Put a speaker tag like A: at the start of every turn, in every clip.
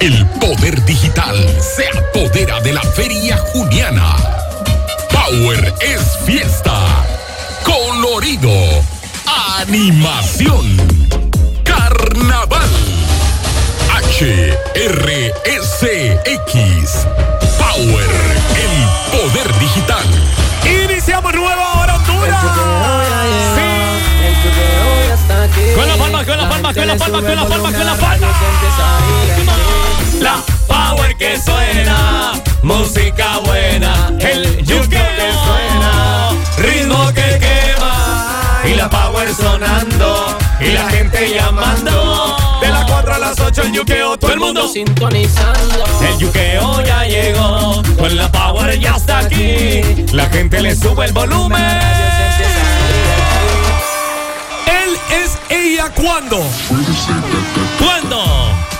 A: El poder digital se apodera de la Feria Juniana. Power es fiesta. Colorido. Animación. Carnaval. HRSX. Power. El poder digital.
B: Iniciamos nueva hora Honduras. Sí. Con las palmas, con las palmas, con las palmas, con las palmas, con las palmas. La power que suena, música buena, el yuque que suena, ritmo que quema, y la power sonando, y la gente llamando. De las 4 a las 8 el yuqueo, todo el mundo
C: sintonizando.
B: El yuqueo ya llegó, con la power ya está aquí. La gente le sube el volumen. Él es ella cuando. Cuando,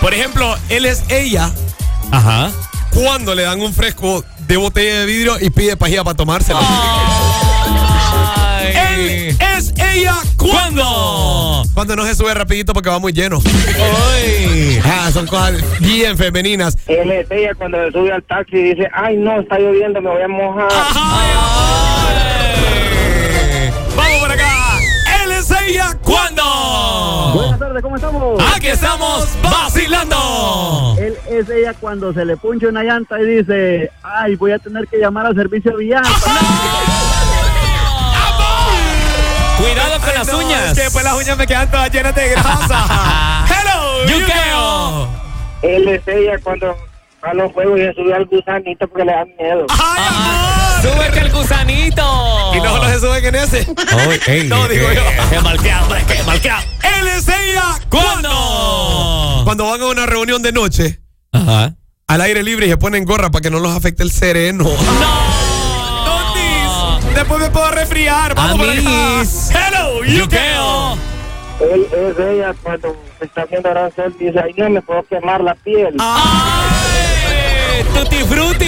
B: por ejemplo, él es ella. Ajá. Cuando le dan un fresco de botella de vidrio y pide pajilla para tomársela. Él es ella cuando. Cuando no se sube rapidito porque va muy lleno. Ah, son cosas bien femeninas.
D: Él es ella cuando se sube al taxi y dice, ay no, está lloviendo, me voy a mojar.
B: ¡Ay! Vamos por acá. Él es ella cuando.
D: Buenas tardes, ¿cómo estamos?
B: Aquí estamos vacilando.
D: Él es ella cuando se le puncha una llanta y dice, ay, voy a tener que llamar al servicio vial.
B: ¡Ah, Cuidado con las uñas. que después las uñas me quedan todas llenas de grasa. Hello, Yukeo.
D: Él es ella cuando a los juegos y se sube al gusanito porque le dan miedo.
B: Ay, amor.
C: Súbete el gusanito.
B: Y no solo se suben en ese. no, digo yo. Qué mal que hambre, qué mal que Él es ella cuando. Cuando van a una reunión de noche.
C: Ajá.
B: al aire libre y se ponen gorra para que no los afecte el sereno.
C: ¡No!
B: Totis, Después me puedo resfriar. Vamos por acá.
C: Ah. Amis.
B: Hello,
C: Yukeo.
B: Yukeo.
D: Él es ella cuando se está viendo ahora sol y dice, ay no, me puedo quemar la piel.
B: ¡Ay! Eh, Tutti frutti.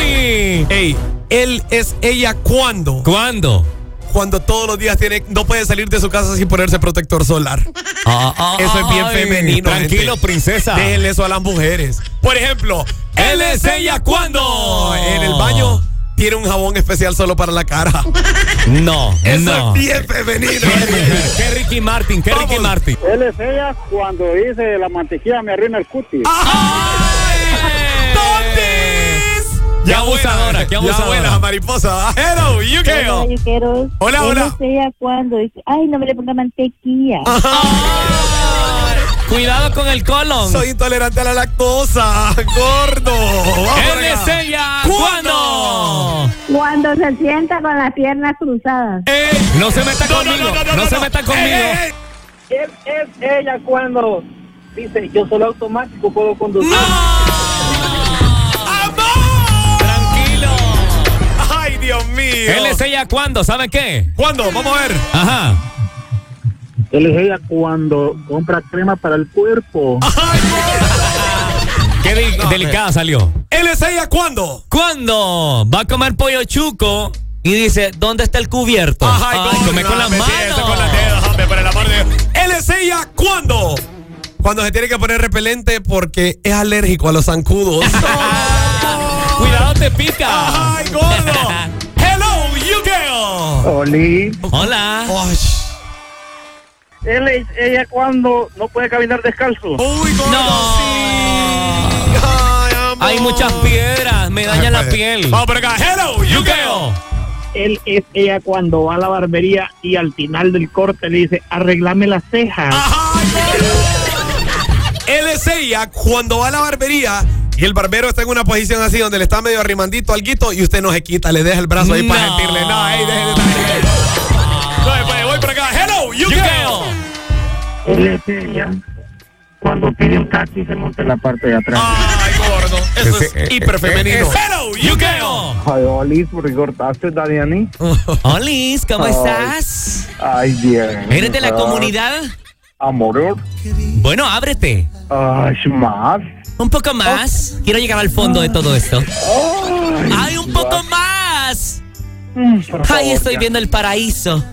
B: Ey, él es ella cuando.
C: ¿Cuándo?
B: Cuando todos los días tiene, no puede salir de su casa sin ponerse protector solar. Eso es bien femenino.
C: Tranquilo,
B: gente.
C: princesa.
B: Déjenle eso a las mujeres. Por ejemplo, él es ella cuando en el baño tiene un jabón especial solo para la cara.
C: No,
B: Eso
C: Eh, no.
B: es bien femenino.
C: Qué Ricky Martin, qué Ricky
B: Vamos.
C: Martin.
D: Él es ella cuando dice, la mantequilla me arruina el cutis.
B: ¡Totis!
C: Qué abusadora, qué abusadora.
B: Ya buena, mariposa. Hello, you
E: Hola,
B: can.
E: yuqueros.
B: Hola,
E: Yo
B: hola.
E: No sé a cuándo. Dice, ay, no me le ponga mantequilla.
C: Cuidado con el colon.
B: Soy intolerante a la lactosa, gordo. Vamos
C: Él
B: acá.
C: es ella.
B: ¿Cuándo?
C: ¿Cuándo?
E: Cuando se sienta con las piernas cruzadas.
B: Ey,
C: E. No se meta
B: no, no,
C: conmigo.
B: no, no, no,
C: no se
B: no. Eh,
C: meta
B: Ey,
C: conmigo.
B: ey, ey.
D: Él es ella cuando dice, yo solo automático puedo conducir.
C: Ah.
B: ¡Amor!
C: Tranquilo. E.
B: Ay, Dios mío.
C: Él es ella cuando, ¿saben qué?
B: ¿Cuándo? Vamos a ver.
C: Ajá.
D: Él es ella cuando compra crema para el cuerpo.
C: Qué de- delicada salió.
B: Él es ella E cuándo?
C: ¿Cuándo va a comer pollo chuco y dice, ¿dónde está el cubierto? Ay,
B: gordo,
C: come con
B: no
C: las
B: me
C: manos.
B: siento con las dedos, hombre, por el amor de Dios. Él es ella cuándo? Cuando se tiene que poner repelente porque es alérgico a los zancudos.
C: Cuidado, te pica.
B: ¡Ay, gordo! ¡Hello, you girl!
D: Oli.
C: Hola.
B: Ay,
D: Él es ella cuando no puede caminar descalzo.
B: ¡Uy, gordo!
C: No.
B: sí. Ay, amor.
C: Hay muchas piedras, me daña
B: Ay,
C: la
B: padre.
C: piel.
B: Vamos por acá. ¡Hello, you girl!
C: Yukeo.
D: Él es ella cuando va a la barbería y al final del corte le dice, arreglame las cejas.
B: ¡Ay, gordo! Él es ella cuando va a la barbería y el barbero está en una posición así donde le está medio arrimandito alguito y usted no se quita, le deja el brazo ahí para
C: No.
B: sentirle. No, ey, deje de No, espere, eh, pues, voy por acá. ¡Hello, you
C: Yukeo.
B: girl!
D: Él es ella cuando pide un taxi y se monta en la parte de atrás.
B: ¡Ay, gordo! Eso
C: Ese- eh,
B: es hiperfemenino.
C: ese-
B: ¡Hello, you girl!
C: Yukeo.
D: Ay, Oli, por cortaste, Daniani.
C: Olis, ¿cómo estás?
D: Ay, bien. Ah.
C: ¿Eres de la comunidad?
D: Amor.
C: Bueno, ábrete.
D: Ay, más.
C: Un poco más. Quiero llegar al fondo de todo esto. ¡Ay, un poco más!
D: Mm,
C: Ay, estoy viendo el paraíso.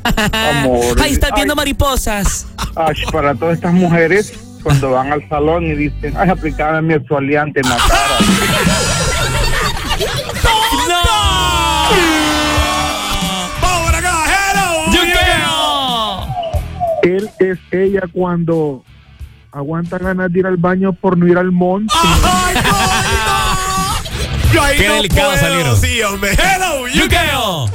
D: Amor.
C: Ay, estás viendo
D: Ay.
C: mariposas.
D: Ay, para todas estas mujeres cuando van al salón y dicen, ay, aplicame mi exfoliante en la cara.
B: ¡Pobre cajero!
C: ¡Yo creo!
F: Él es ella cuando aguanta ganas de ir al baño por no ir al monte.
B: ¡Ay, coño! Yo ahí
C: Qué
B: no
C: delicado
B: puedo,
C: salieron.
B: Sí, hombre. Hello, you
C: ¡Yo creo!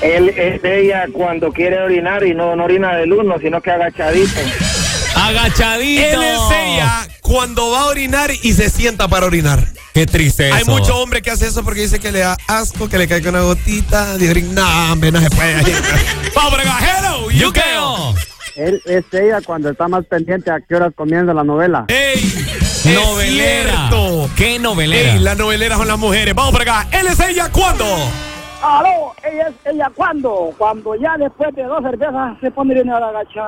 D: Él es ella cuando quiere orinar y no, no orina del uno, sino que agachadito.
C: ¡Agachadito!
B: Él es ella cuando va a orinar y se sienta para orinar.
C: ¡Qué triste
B: Hay
C: eso.
B: mucho hombre que hace eso porque dice que le da asco, que le caiga una gotita de orina. No, hombre, no se puede. ¡Pobre cajero!
C: ¡Yo creo!
D: Él es ella cuando está más pendiente a qué horas comienza la novela.
B: ¡Ey! es
C: ¡Novelera!
B: cierto.
C: ¡Qué novelera!
B: ¡Ey! Las noveleras son las mujeres. Vamos por acá. Él es ella cuando.
F: Aló, ella es ella cuando, cuando ya después de dos cervezas se pone bien agachada.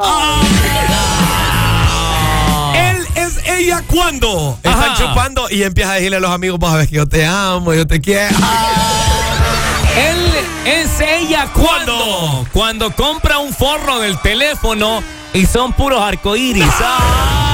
B: Él es ella cuando.
C: Ah. Ajá.
B: Están chupando y empieza a decirle a los amigos: Vos sabés que yo te amo, yo te quiero.
C: Él es ella cuando cuando compra un forro del teléfono y son puros arcoíris. ¡Ah!